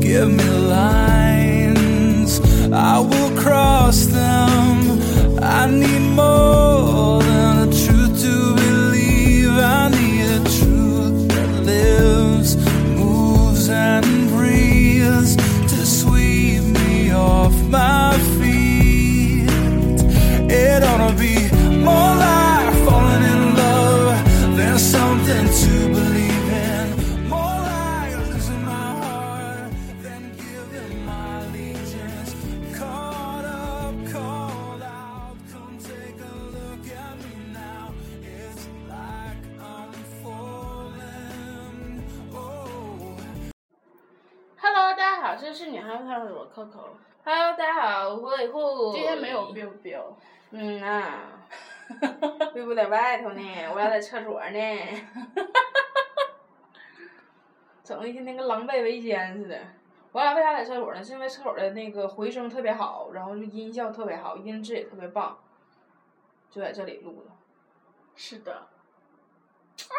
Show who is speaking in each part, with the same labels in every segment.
Speaker 1: give me lines, I will cross them. I need more than a truth to believe. I need a truth that lives, moves, and breathes to sweep me off my feet. It ought to be more like falling in love than something to believe in. More like losing my heart than giving my allegiance. Caught up, called out. Come take a look at me now. It's like I'm falling. Oh.
Speaker 2: Hello，大家好，这是女孩派会我 Coco。Hello，大家好，我是虎。
Speaker 3: 今天没有 biu biu，
Speaker 2: 嗯呐、 我不在外头呢，我要在厕所呢， 整的一天那个狼狈为奸似的。我俩为啥在厕所呢？是因为厕所的那个回声特别好，然后就音效特别好，音质也特别棒，就在这里录了。
Speaker 3: 是的。啊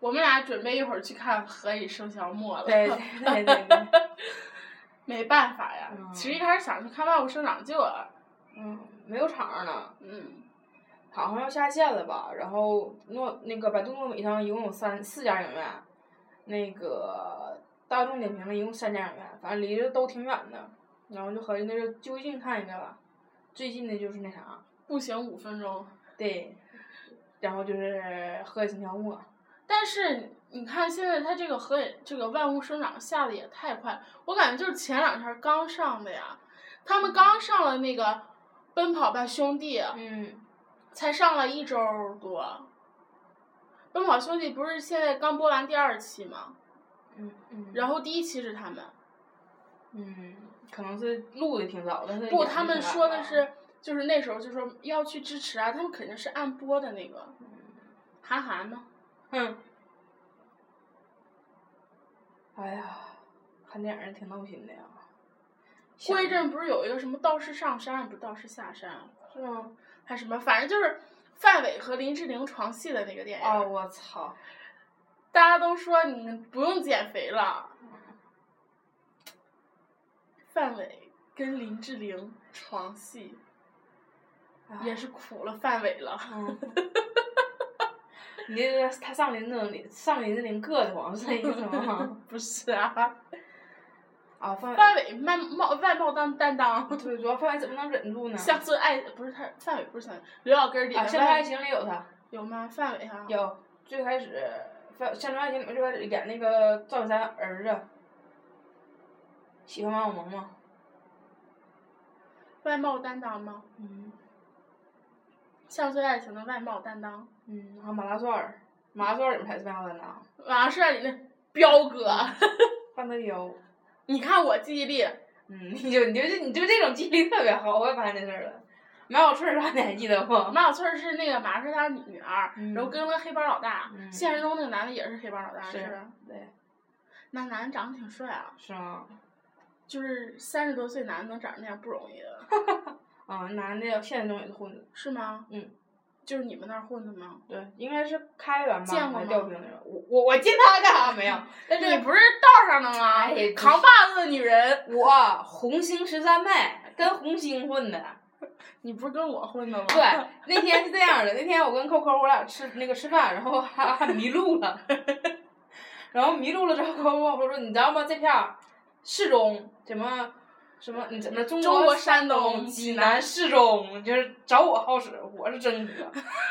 Speaker 3: 我们俩准备一会儿去看《何以笙箫默》了。
Speaker 2: 对对对对对。
Speaker 3: 没办法呀，
Speaker 2: 嗯
Speaker 3: 其实一开始想去看《万物生长记》了。
Speaker 2: 嗯，没有场儿呢，
Speaker 3: 嗯，
Speaker 2: 好像要下线了吧？然后诺那个百度糯米上一共有三四家影院，那个大众点评上一共三家影院，反正离着都挺远的。然后就合计那就就近看一个吧，最近的就是那啥，
Speaker 3: 步行五分钟。
Speaker 2: 对，然后就是《何以笙箫默》。
Speaker 3: 但是你看现在它这个《何以》这个《万物生长》下的也太快，我感觉就是前两天刚上的呀，他们刚上了那个《奔跑吧兄弟》啊
Speaker 2: 嗯，
Speaker 3: 才上了一周儿多，《奔跑兄弟》不是现在刚播完第二期吗？
Speaker 2: 嗯嗯然
Speaker 3: 然
Speaker 2: 后
Speaker 3: 后第一期是他们，
Speaker 2: 嗯，可能是录的挺早，但是
Speaker 3: 不，
Speaker 2: 演
Speaker 3: 他
Speaker 2: 得
Speaker 3: 们
Speaker 2: 挺晚
Speaker 3: 说的
Speaker 2: 了
Speaker 3: 是，就是那时候就说要去支持啊，他们肯定是按播的那个。
Speaker 2: 嗯
Speaker 3: 韩寒吗？
Speaker 2: 哼，哎呀，看电影儿挺闹心的呀。
Speaker 3: 过一
Speaker 2: 想
Speaker 3: 阵不是有一个什么道士上山，不是道士下山，
Speaker 2: 是吗？
Speaker 3: 还什么，反正就是范伟和林志玲床戏的那个电影，
Speaker 2: 啊、我操！
Speaker 3: 大家都说你不用减肥了。范伟跟林志玲床戏
Speaker 2: 哎
Speaker 3: 也是啊苦了范伟了。
Speaker 2: 嗯。 你这个他上林志玲，上林志玲硌得慌，是这意思吗？
Speaker 3: 不是啊，
Speaker 2: 啊，范
Speaker 3: 范伟外貌外貌担担当，
Speaker 2: 对，主要范伟怎么能忍住呢？
Speaker 3: 乡村爱不是他范伟不是乡村刘老根儿里
Speaker 2: 啊，
Speaker 3: 的
Speaker 2: 乡村爱
Speaker 3: 外
Speaker 2: 情里有他，
Speaker 3: 有吗？范伟啊哈、
Speaker 2: 有最开始范乡村爱情里面最开始演那个赵本山儿子，喜欢王萌吗？
Speaker 3: 外貌担当吗？
Speaker 2: 嗯
Speaker 3: 乡村爱情的外貌担当，
Speaker 2: 嗯，还有马大帅儿，马大帅儿里面才是范伟呢，
Speaker 3: 完事儿你那彪哥，
Speaker 2: 嗯范德彪。
Speaker 3: 你看我记忆力，
Speaker 2: 嗯，你就你就你就这种记忆力特别好，我也发现这事儿了。马小翠儿啥你还记得不？
Speaker 3: 马小翠儿是那个马大帅他女儿，
Speaker 2: 嗯
Speaker 3: 然后跟了黑帮老大，
Speaker 2: 嗯
Speaker 3: 现实中那个男的也是黑帮老大，
Speaker 2: 是
Speaker 3: 吧？
Speaker 2: 对，
Speaker 3: 那男的长得挺帅啊，
Speaker 2: 是吗？
Speaker 3: 就是三十多岁男的能长那样不容易的，
Speaker 2: 啊，男的现实中也是混子，
Speaker 3: 是吗？
Speaker 2: 嗯，
Speaker 3: 就是你们那儿混的吗？
Speaker 2: 对，应该是开源吧，
Speaker 3: 见过
Speaker 2: 还是
Speaker 3: 吗
Speaker 2: 吊瓶那种。我我我见他干啥 没有？但
Speaker 3: 你
Speaker 2: 是
Speaker 3: 不是道上的吗？
Speaker 2: 哎呀
Speaker 3: 扛把子的女人，
Speaker 2: 我红星十三妹跟红星混的。
Speaker 3: 你不是跟我混的吗？
Speaker 2: 对，那天是这样的，那天我跟扣扣我俩吃那个吃饭，然后还还迷路了， 然后迷路了之后，扣扣我说你知道吗？这片儿市中什么什么，你怎么中
Speaker 3: 中
Speaker 2: 国
Speaker 3: 国山
Speaker 2: 东
Speaker 3: 东
Speaker 2: 济
Speaker 3: 济
Speaker 2: 南
Speaker 3: 南
Speaker 2: 市中，就是找我好使，我是真哥。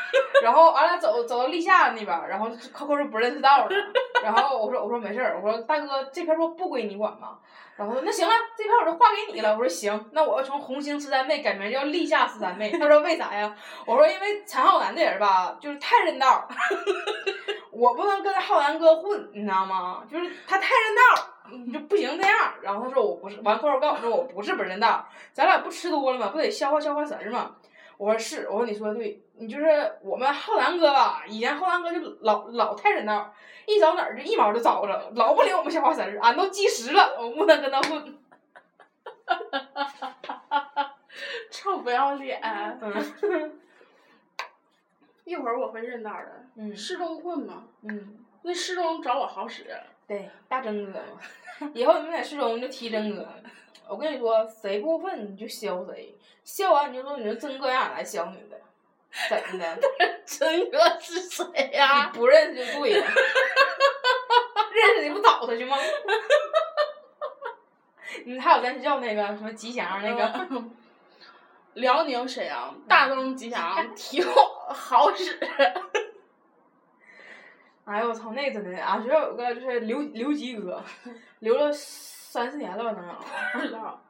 Speaker 2: 然后俺俩走走到立夏那边儿，然后扣扣是不认识 道儿的，然后我说我说没事儿，我说大哥这片儿不不归你管吗？然后他说那行啊，这片儿我就划给你了。我说行，那我要从红星十三妹改名叫立夏十三妹。他说为啥呀？我说因为陈浩南这人吧，就是太认道 儿，我不能跟浩南哥混，你知道吗？就是他太认道儿。你就不行这样儿，然后他说我不是，完过后告诉我说我不是不认道儿，咱俩不吃多了吗？不得消化消化神儿吗？我说是，我说你说的对，你就是我们浩南哥吧，以前浩南哥就老老太人道儿，一找哪儿就一毛就找着，老不领我们小花神儿，俺都积食了，我不能跟他混。
Speaker 3: 臭不要脸！
Speaker 2: 嗯
Speaker 3: 一会儿我会认道的。
Speaker 2: 嗯
Speaker 3: 市中混吗？
Speaker 2: 嗯，
Speaker 3: 那市中找我好使，
Speaker 2: 对，大真哥嘛，以后你们在市中就提真哥。我跟你说，谁过分你就削谁，削完你就说你这真哥让俺来削你的，怎的？
Speaker 3: 真哥是谁呀、
Speaker 2: 你不认识就对了，认识你不找他去吗？ 你还有咱学校那个什么吉
Speaker 3: 啊
Speaker 2: 祥那
Speaker 3: 嗯
Speaker 2: 个，
Speaker 3: 辽宁沈阳大东吉祥提供好使，
Speaker 2: 哎呦我操，那真的，俺学校有个就是留留级哥，留了三四年了吧，能有，
Speaker 3: 不知道，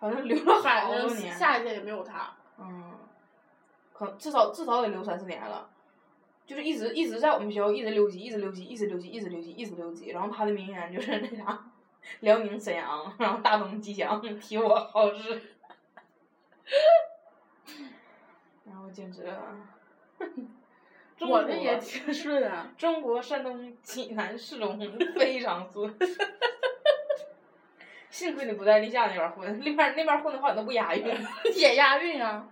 Speaker 2: 反正留了
Speaker 3: 反
Speaker 2: 好
Speaker 3: 正
Speaker 2: 多年。
Speaker 3: 哦下一届也没有他。
Speaker 2: 嗯，可至少至少得留三四年了，就是一直一直在我们学校一直留级，一直留级，一直留级，一直留级，一直留级。然后他的名言就是那啥，辽宁沈阳，然后大东吉祥，提我好事。然后简直了，中
Speaker 3: 我的
Speaker 2: 国
Speaker 3: 也挺顺啊，
Speaker 2: 中国山东济南市中 非常顺。 幸亏你不在立夏那边混，那边那边混的话，你都不押韵。
Speaker 3: 也押韵啊。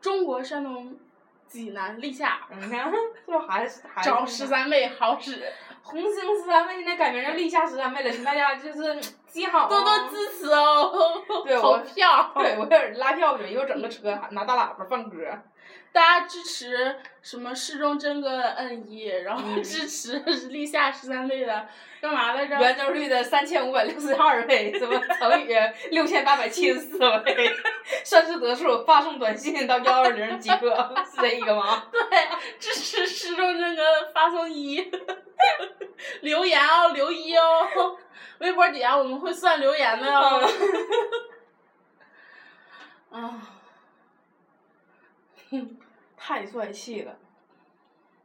Speaker 3: 中国山东济南历下
Speaker 2: 你看，嗯 就还是还是
Speaker 3: 找十三妹好使，
Speaker 2: 红星十三妹现在改名叫立夏十三妹了，请大家就是记好、啊，
Speaker 3: 多多支持哦，
Speaker 2: 对我
Speaker 3: 投票。
Speaker 2: 对，我有点拉票去，一会儿整个车拿大喇叭放歌。
Speaker 3: 大家支持什么市中真哥的 N 一，然后
Speaker 2: 嗯
Speaker 3: 支持 立夏十三妹的干嘛来 着？
Speaker 2: 圆周率的三千五百六十二位，什 么乘以六千八百七十四位， 算式得数，发送短信到幺二零即可，是这一个吗？
Speaker 3: 对，支持失踪真哥的发送一， 留言哦，留一哦， 微博底下我们会算留言的哦。
Speaker 2: 嗯
Speaker 3: 啊，
Speaker 2: 太帅气了！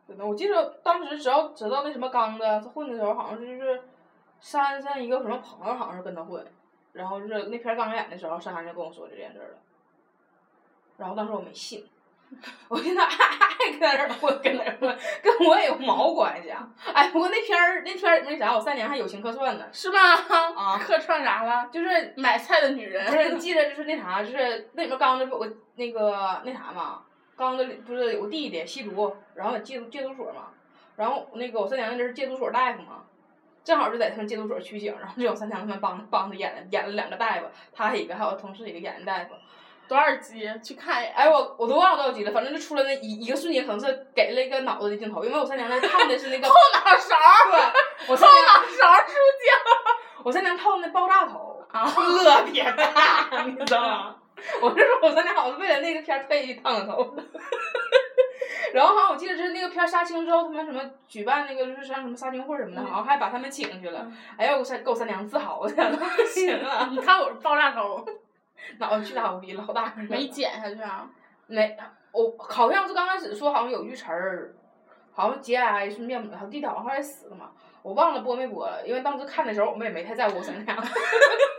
Speaker 2: 真的，我记得当时只要知道那什么刚子他混的时候，好像就是珊珊一个什么朋友，好像是跟他混，然后就是那片儿刚演的时候，珊珊就跟我说这件事儿了，然后当时我没信，我现在爱爱跟那儿混，跟那儿混，跟我也有毛关系啊！哎，不过那片儿那片儿里面那啥，我三年还有情可算呢，
Speaker 3: 是吗？
Speaker 2: 啊
Speaker 3: 客串啥了？
Speaker 2: 就是
Speaker 3: 买菜的女
Speaker 2: 不是，
Speaker 3: 人，
Speaker 2: 你记得就是那啥，就是那里面刚子不我那个那啥嘛，刚子不是我弟弟吸毒，然后戒毒戒毒所嘛，然后那个我三娘那阵儿是戒毒所大夫嘛，正好就在他们戒毒所取景，然后就有三娘他们帮帮他演了演了两个大夫，他一个还有同事一个演的大夫，
Speaker 3: 多少集？去看一 眼。
Speaker 2: 哎我我都忘了多少集了，反正就出来那一一个瞬间，可能是给了一个脑子的镜头，因为我三娘那看的是那个 后
Speaker 3: 脑勺儿，
Speaker 2: 对，我
Speaker 3: 后
Speaker 2: 三娘
Speaker 3: 脑勺儿出镜。
Speaker 2: 我三娘套那爆炸头，
Speaker 3: 啊
Speaker 2: 特别 大， 你知道吗？ 我是说我三娘好像是为了那个片儿特意去烫的头。 然后好像我记得是那个片儿杀青之后，他们什么举办那个就是像什么杀青会什么的，好像还把他们请去了
Speaker 3: 嗯。
Speaker 2: 哎呦，我三给我三娘自豪的，不行 了，
Speaker 3: 你看我爆炸头，
Speaker 2: 脑子巨大无比，老大个了
Speaker 3: 没剪下去啊？
Speaker 2: 没，我好像是刚开始说好像有句词儿，好像节哀顺变母，他弟弟好像后来死了嘛，我忘了播没播了，因为当时看的时候我们也没太在乎我三娘，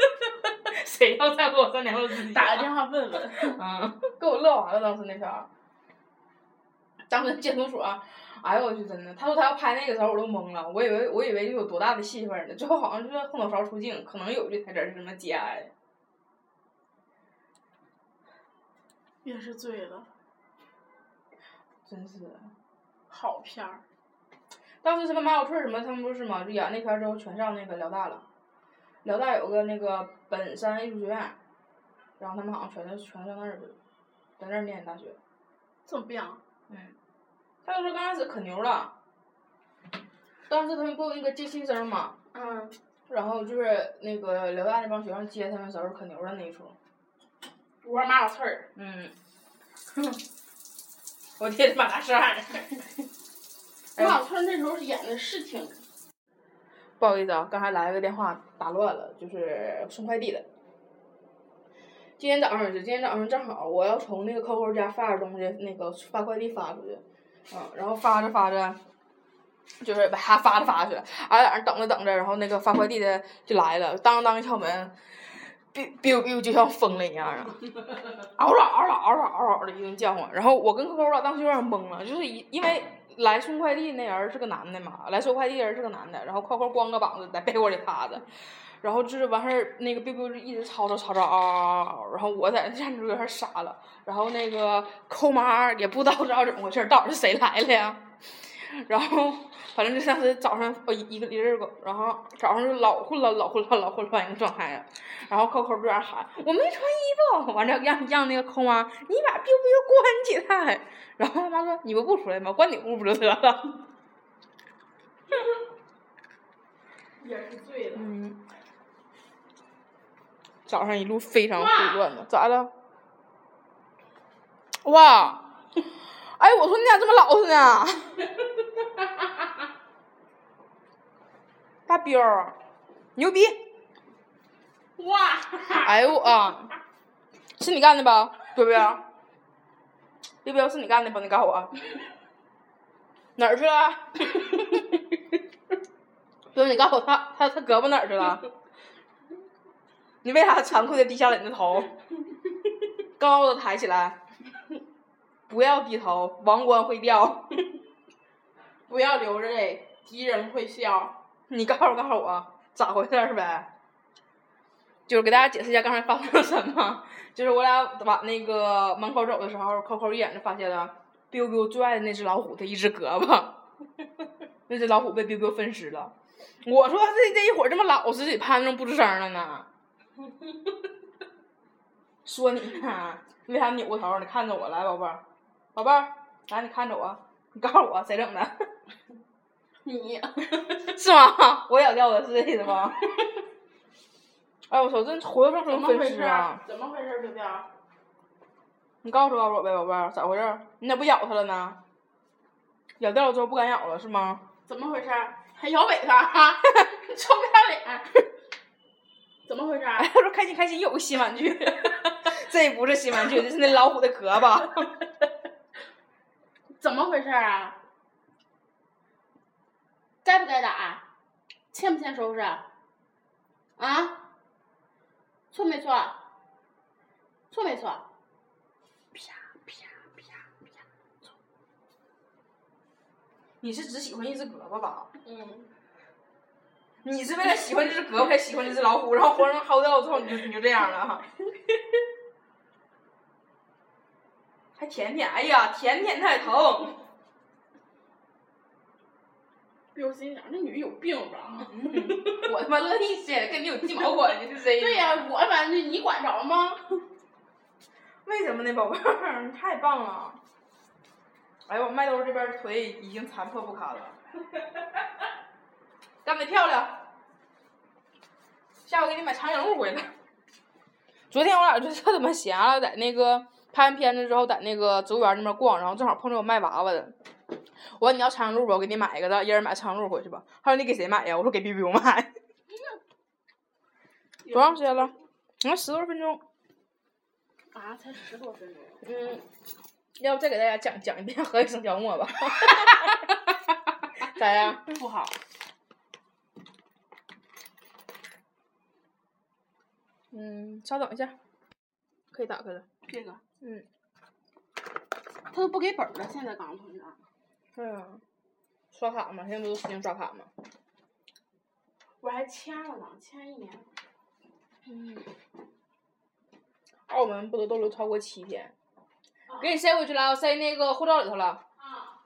Speaker 2: 谁要在乎我三娘都自己啊
Speaker 3: 打个电话问问。
Speaker 2: 嗯，给我乐完了当时那片儿，当时监督所，哎呦我去真的，他说他要拍那个时候我都懵了，我以为我以为就有多大的戏份呢，最后好像就是后脑勺出镜，可能有一句台词儿是什么节哀。
Speaker 3: 也是醉了，
Speaker 2: 真是的，
Speaker 3: 好片儿。
Speaker 2: 当时什么马小翠儿什么，他们不是嘛，就演那片儿之后全上那个辽大了。辽大有个那个本山艺术学院，然后他们好像全都全上那儿去了，在那儿念大学。
Speaker 3: 怎么样？啊
Speaker 2: 嗯，他就说刚开始可牛了，当时他们不有那个接新生嘛，
Speaker 3: 嗯，
Speaker 2: 然后就是那个辽大那帮学生接他们时候可牛了那一出。
Speaker 3: 我马小翠儿。
Speaker 2: 嗯， 我爹的马大帅。
Speaker 3: 吴小翠那时候演的是挺，
Speaker 2: 不好意思啊，刚才来了个电话打乱了，就是送快递的。今天早上也是，今天早上正好我要从那个 QQ 家发点东西，那个发快递发出去，嗯，然后发着发着，就是把它发着发着去，俺在那等着等着，然后那个发快递的就来了，当当一敲门，biu biu biu 就像疯了一样啊，嗷了嗷了嗷了嗷了嗷的一顿叫唤，然后我跟 QQ 啊当时有点懵了，就是因因为来送快递那人是个男的嘛，来收快递人是个男的，然后 QQ 光个膀子在被窝里趴着，然后就是完事儿那个 biu biu 就一直吵吵吵吵嗷嗷嗷，然后我在那站着有点傻了，然后那个扣妈也不知道知道怎么回事，到底是谁来了呀？ 然后反正就上次早上呃一一个一阵儿狗，然后早上就老混乱老混乱老混乱一个状态了，然后 Coco 就在那喊我没穿衣服，完了让让那个抠妈你把 biu biu 关起来，然后他妈说你们不出来吗？关你屋不就得了？
Speaker 3: 也是醉的。
Speaker 2: 嗯，早上一路非常混乱的，咋的？哇！哎，我说你咋这么老实呢？ 大彪儿，牛逼！
Speaker 3: 哇！
Speaker 2: 哎呦我啊，是你干的吧，彪彪？彪彪是你干的吧？你告诉我，啊哪儿去了？彪，你告诉我他他他胳膊哪儿去了？你为啥惭愧的低下了你的头？高傲的抬起来，不要低头，王冠会掉。
Speaker 3: 不要流着泪，敌人会笑。
Speaker 2: 你告诉我告诉我咋回事儿呗？就是给大家解释一下刚才发生了什么。 就是我俩往那个门口走的时候，扣扣一眼就发现了 biu biu 最爱的那只老虎的一只胳膊， 那只老虎被 biu biu 分尸了。我说这这一会儿这么老实，得攀上不吱声了呢。 说你呢？为啥扭过头？你看着我来，宝贝儿，宝贝儿，来你看着我，你告诉我谁整的？
Speaker 3: 你
Speaker 2: 是吗？我也掉的是这意思吗？ 哎，我操，真活生
Speaker 3: 怎
Speaker 2: 生
Speaker 3: 么
Speaker 2: 分
Speaker 3: 回事
Speaker 2: 尸啊
Speaker 3: 儿？！怎么回事儿，彪彪？
Speaker 2: 你告诉告诉我呗，宝贝儿，咋回事儿？你咋不咬它了呢？咬掉了之后不敢咬了是吗？
Speaker 3: 怎么回事儿？还摇尾巴啊？ 臭不要脸！怎么回事儿？啊
Speaker 2: 哎，他说开心开心，又有个新玩具， 这不是新玩具，这是那老虎的壳吧？
Speaker 3: 怎么回事儿啊？该不该打？啊欠不欠收拾？啊？错没错？错没错？啪啪啪啪！
Speaker 2: 你是只喜欢一只胳膊吧？
Speaker 3: 嗯，
Speaker 2: 你是为了喜欢这只胳膊才喜欢这只老虎，然后活生生薅掉之后你就你就这样了哈。 还甜甜，哎呀，甜甜太疼。
Speaker 3: 彪心想，这女有病 吧？嗯
Speaker 2: 嗯我他妈乐意些，跟你有鸡毛关系是谁？
Speaker 3: 对呀、我反正你管着吗？
Speaker 2: 为什么呢，宝贝儿？ 你太棒了！哎呦，我麦兜这边腿已经残破不堪了，干得漂亮！下午给你买长颈鹿回来。昨天我俩就是他怎么闲了，在那个拍完片子之后，在那个植物园那边逛，然后正好碰着有卖娃娃的。我说你要长颈鹿吧，我给你买一个的，一人买长颈鹿回去吧。他说你给谁买呀？我说给 B B 我买。多长时间了？你看十多分钟。
Speaker 3: 啊，才十多分 钟。
Speaker 2: 嗯，要不再给大家讲讲一遍 何以笙箫默吧？咋样？
Speaker 3: 不好。
Speaker 2: 嗯，稍等一下，可以打开了。
Speaker 3: 这个
Speaker 2: 嗯，
Speaker 3: 他都不给本儿了，现在刚同志。
Speaker 2: 对啊，刷卡嘛，现在不都实行刷卡嘛？
Speaker 3: 我还签了呢，签一年。
Speaker 2: 嗯。澳门不都逗留超过七天？给你塞回去了，塞那个护照里头了。
Speaker 3: 啊，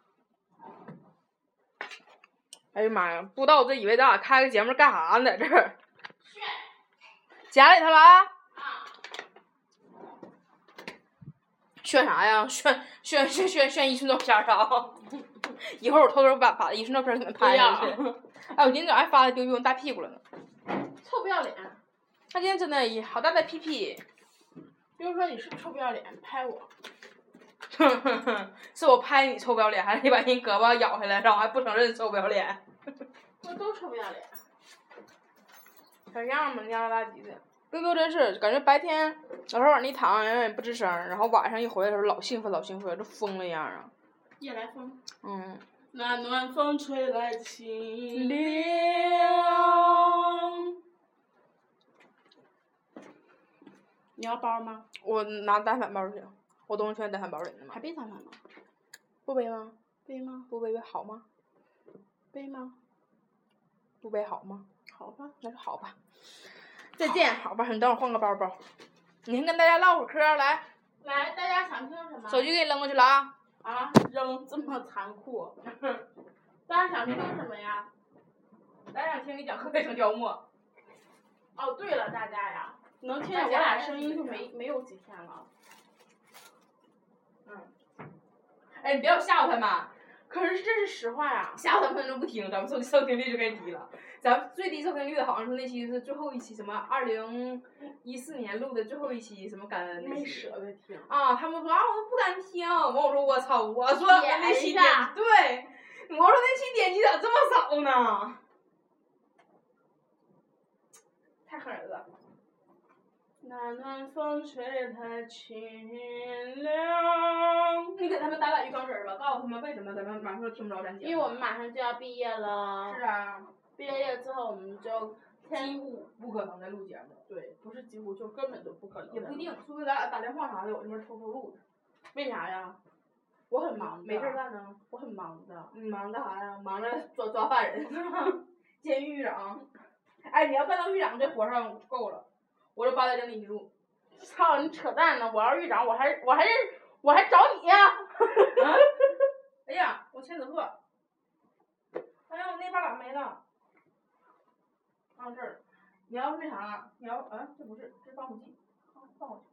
Speaker 2: 哎呀妈呀，不知道我这以为咱俩开个节目干啥呢？在这儿。夹里头了啊。炫啥呀？炫炫炫炫炫一寸照片儿啊！ 一会儿我偷偷把把一寸照片儿给你们拍上去。哎，我今天早上还发了丢丢大屁股了呢。
Speaker 3: 臭不要脸！
Speaker 2: 他今天真的好大的屁屁，
Speaker 3: 比如说你是臭不要脸，拍我，
Speaker 2: 是我拍你臭不要脸，还是你把人胳膊咬下来，然后还不承认臭不要脸？
Speaker 3: 我都臭不要脸。
Speaker 2: 小样吧，蔫了吧唧的。丢丢真是感觉白天老是往那一躺，然后也不吱声儿，然后晚上一回来的时候老兴奋老兴奋，就疯了一样啊。
Speaker 3: 夜来风，
Speaker 2: 嗯。
Speaker 3: 那暖风吹来清凉。
Speaker 2: 凉。
Speaker 3: 你要包吗？
Speaker 2: 我拿单反包去，我东西全在单反包里呢嘛
Speaker 3: 还。背上了呢？
Speaker 2: 不背吗？
Speaker 3: 背吗？
Speaker 2: 不背背好吗？
Speaker 3: 背吗？
Speaker 2: 不背好吗？
Speaker 3: 好吧。
Speaker 2: 那就好吧。
Speaker 3: 再见。
Speaker 2: 好吧，你等会儿换个包包。你先跟大家唠会儿嗑儿，来，
Speaker 3: 来，大家想听什么？
Speaker 2: 手机给你扔过去了啊。
Speaker 3: 啊，扔这么残酷。 大家想听什么呀？
Speaker 2: 咱想听你讲河北省焦末，
Speaker 3: 哦，对了，大家呀，能听见我俩声音就没没有极限了。
Speaker 2: 哎，你不要吓唬他们，
Speaker 3: 可是这是实话呀、
Speaker 2: 吓唬他们就不听，咱们收收听率就该低了。咱们最低收听率好像是那期是最后一期，什么二零一四年录的最后一期，什么感恩那期。
Speaker 3: 得听。
Speaker 2: 啊，他们说啊，我都不敢听。完我说我操，我说
Speaker 3: 点
Speaker 2: 那期
Speaker 3: 一
Speaker 2: 点
Speaker 3: 下
Speaker 2: 对，我说那期点击咋这么少呢？太坑人了！
Speaker 3: 那暖风吹它清凉。
Speaker 2: 你给他们打打鱼缸水儿吧，告诉他们为什么咱们马上听不着咱节目。
Speaker 3: 因为我们马上就要毕业了，
Speaker 2: 是啊，
Speaker 3: 毕了业之后我们就
Speaker 2: 几
Speaker 3: 天
Speaker 2: 乎不可能再录节目，
Speaker 3: 对，不是几乎就根本就不可能。
Speaker 2: 也不一。定，说不定咱俩打电话啥的，我这边偷偷录呢。
Speaker 3: 为啥呀？我很忙的，
Speaker 2: 没事儿干呢，
Speaker 3: 我很忙的。
Speaker 2: 你嗯忙干啥呀？忙着抓抓犯人， 监狱狱长。哎，你要干到狱长这活上够了，我这八大整理记录。
Speaker 3: 操，你扯淡呢！我要是狱长，我还我还是我还找你呀、
Speaker 2: 啊！ 哎呀，我千纸鹤。哎呀，我那把咋没了？啊，这儿。你要是那啥，你要啊，这不是，这是防腐剂，啊放回去。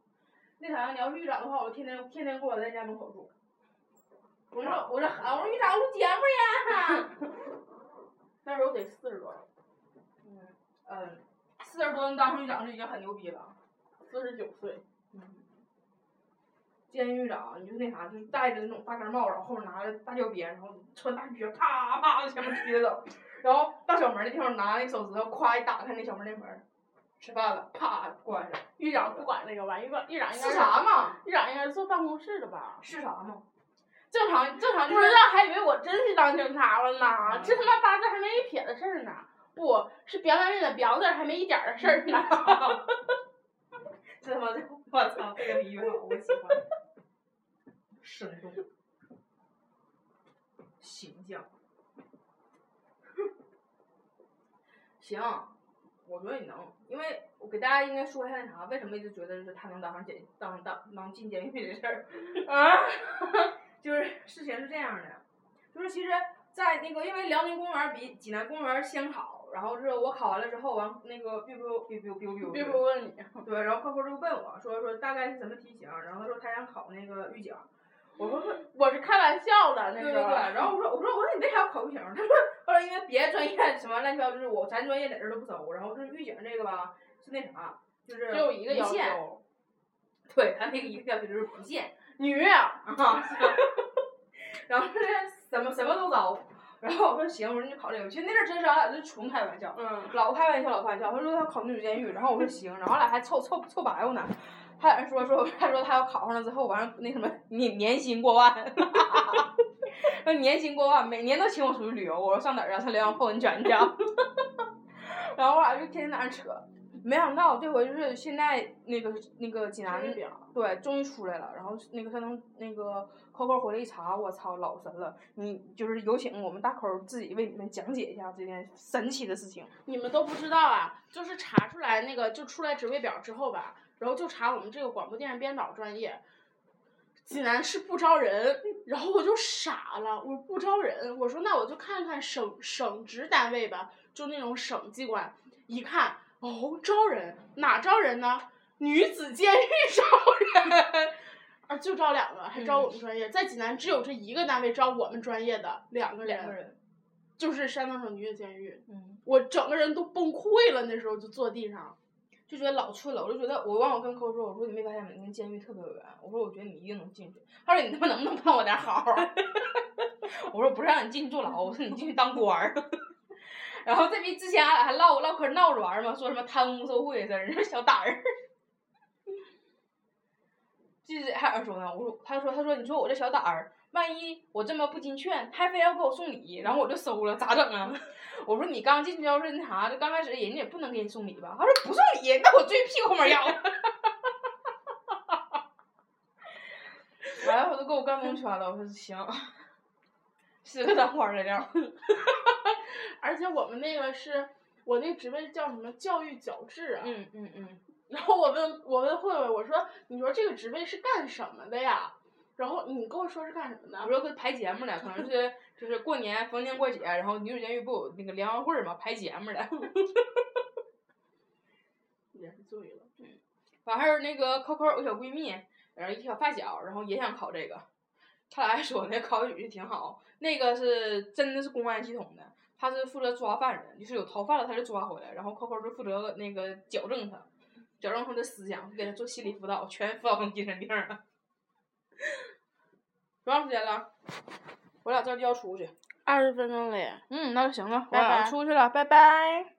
Speaker 2: 那啥，你要是狱长的话，我天天天天给我在家门口住。我说我说喊我说狱长录节 目呀。
Speaker 3: 那时候得四十多，
Speaker 2: 嗯嗯，四十多能当上狱长就已经很牛逼了。
Speaker 3: 四十九岁。
Speaker 2: 监狱长，你就那啥，就是戴着那种大盖帽，然后后面拿着大吊鞭，然后穿大靴，啪啪往前面踢着走，然后大小门儿那地方拿那手指头，咵一打开那小门儿那门儿，吃饭了，啪关上。
Speaker 3: 狱长不管那个吧，狱长狱长应该
Speaker 2: 是啥嘛？
Speaker 3: 狱长应该是坐办公室的吧？
Speaker 2: 是啥嘛？正常正常
Speaker 3: 不
Speaker 2: 就
Speaker 3: 知
Speaker 2: 是嗯
Speaker 3: 道，还以为我真去当警察了呢，这他妈八字还没一撇的事儿呢。不是别完的别字儿还没一点儿的事儿呢。
Speaker 2: 嗯 这他妈的，我操，这个比喻好，我喜欢。生动，形象。行，我觉得你能，因为我给大家应该说一下那啥，为什么一直觉得就是他能当上监当当能进监狱这事儿啊， 就是事情是这样的，就是其实，在那个因为辽宁公园儿比济南公园儿先考，然后是我考完了之后，完那个 biu biu biu biu biu
Speaker 3: 别不问你，
Speaker 2: 对，然后客户就问我说说大概是什么题型，然后他说他想考那个预警，我说问
Speaker 3: 我是开玩笑的那
Speaker 2: 对
Speaker 3: 时候。啊
Speaker 2: 对对，然后我说我说我说你为啥要考预警？他说后来因为别的专业什么乱七八糟，就是我咱专业在这儿都不收，然后就是预警这个吧是那啥，就是
Speaker 3: 只有一个
Speaker 2: 不
Speaker 3: 要
Speaker 2: 限，
Speaker 3: 求，
Speaker 2: 对他那个一个要求就是不限
Speaker 3: 女
Speaker 2: 啊，然后就是什么什么都招，然后我说行，我说你就考这个，其实那阵儿真是俺俩就是纯开玩笑，
Speaker 3: 嗯，
Speaker 2: 老开玩笑，老开玩笑。他说他考女子监狱，然后我说行，然后俩还凑凑凑白话呢。他俩说说，他说他要考上了之后，完了那什么年年薪过万， 说年薪过万，每年都请我出去旅游。我说上哪儿啊？上辽阳泡温泉去啊。 然后我俩就天天在那扯，没想到这回就是现在那个那个济南
Speaker 3: 真表。
Speaker 2: 对，终于出来了。然后那个山东那个扣扣回来一查，我操，老神了！你就是有请我们大扣自己为你们讲解一下这件神奇的事情。
Speaker 3: 你们都不知道啊，就是查出来那个就出来职位表之后吧，然后就查我们这个广播电视编导专业，济南市不招人，然后我就傻了，我说不招人，我说那我就看看省省直单位吧，就那种省机关，一看哦招人，哪招人呢？女子监狱招人。啊，就招两个，还招我们专业，在济南只有这一个单位招我们专业的两个人，
Speaker 2: 人，
Speaker 3: 就是山东省女子监狱。
Speaker 2: 嗯，
Speaker 3: 我整个人都崩溃了，那时候就坐地上。
Speaker 2: 就觉得老寸了。我就觉得，我忘了跟扣说，我说你没发现吗？你跟监狱特别远。我说我觉得你一定能进去。他说你他妈能不能帮我点好？我说不是让你进去坐牢，我说你进去当官儿。 然后这逼之前俺俩还唠唠嗑闹着玩儿嘛，说什么贪污受贿的事儿，你说小胆儿。就是还有人说呢，我说他说他说你说我这小胆儿，万一我这么不听劝，还非要给我送礼，然后我就收了，咋整啊？ 我说你刚进去要是那啥，就刚开始人家也不能给你送礼吧？他说不送礼，那我追屁股后面要。 完了，我都给我干蒙圈了。我说行，是个当官儿的料儿。
Speaker 3: 而且我们那个是我那职位叫什么教育矫治啊。
Speaker 2: 嗯嗯嗯，
Speaker 3: 然后我问我问慧慧，我说你说这个职位是干什么的呀？然后你跟我说是干什么
Speaker 2: 我
Speaker 3: 的？
Speaker 2: 说跟排节目呢，可能是就是过年逢年过节，然后女主监狱不有那个联欢会儿嘛，排节目的。
Speaker 3: 也是醉了。
Speaker 2: 完事儿那个 Coco 有个小闺蜜，然后一小发小，然后也想考这个。他俩还说那考语挺好，那个是真的是公安系统的，他是负责抓犯人，就是有逃犯了他就抓回来，然后 Coco 就负责那个矫正他，矫正他的思想，给他做心理辅导，全辅导成精神病了。多长时间了？我俩这就要出去。
Speaker 3: 二十分钟了耶。
Speaker 2: 嗯，那就行了，
Speaker 3: 拜拜
Speaker 2: 出去了，拜拜。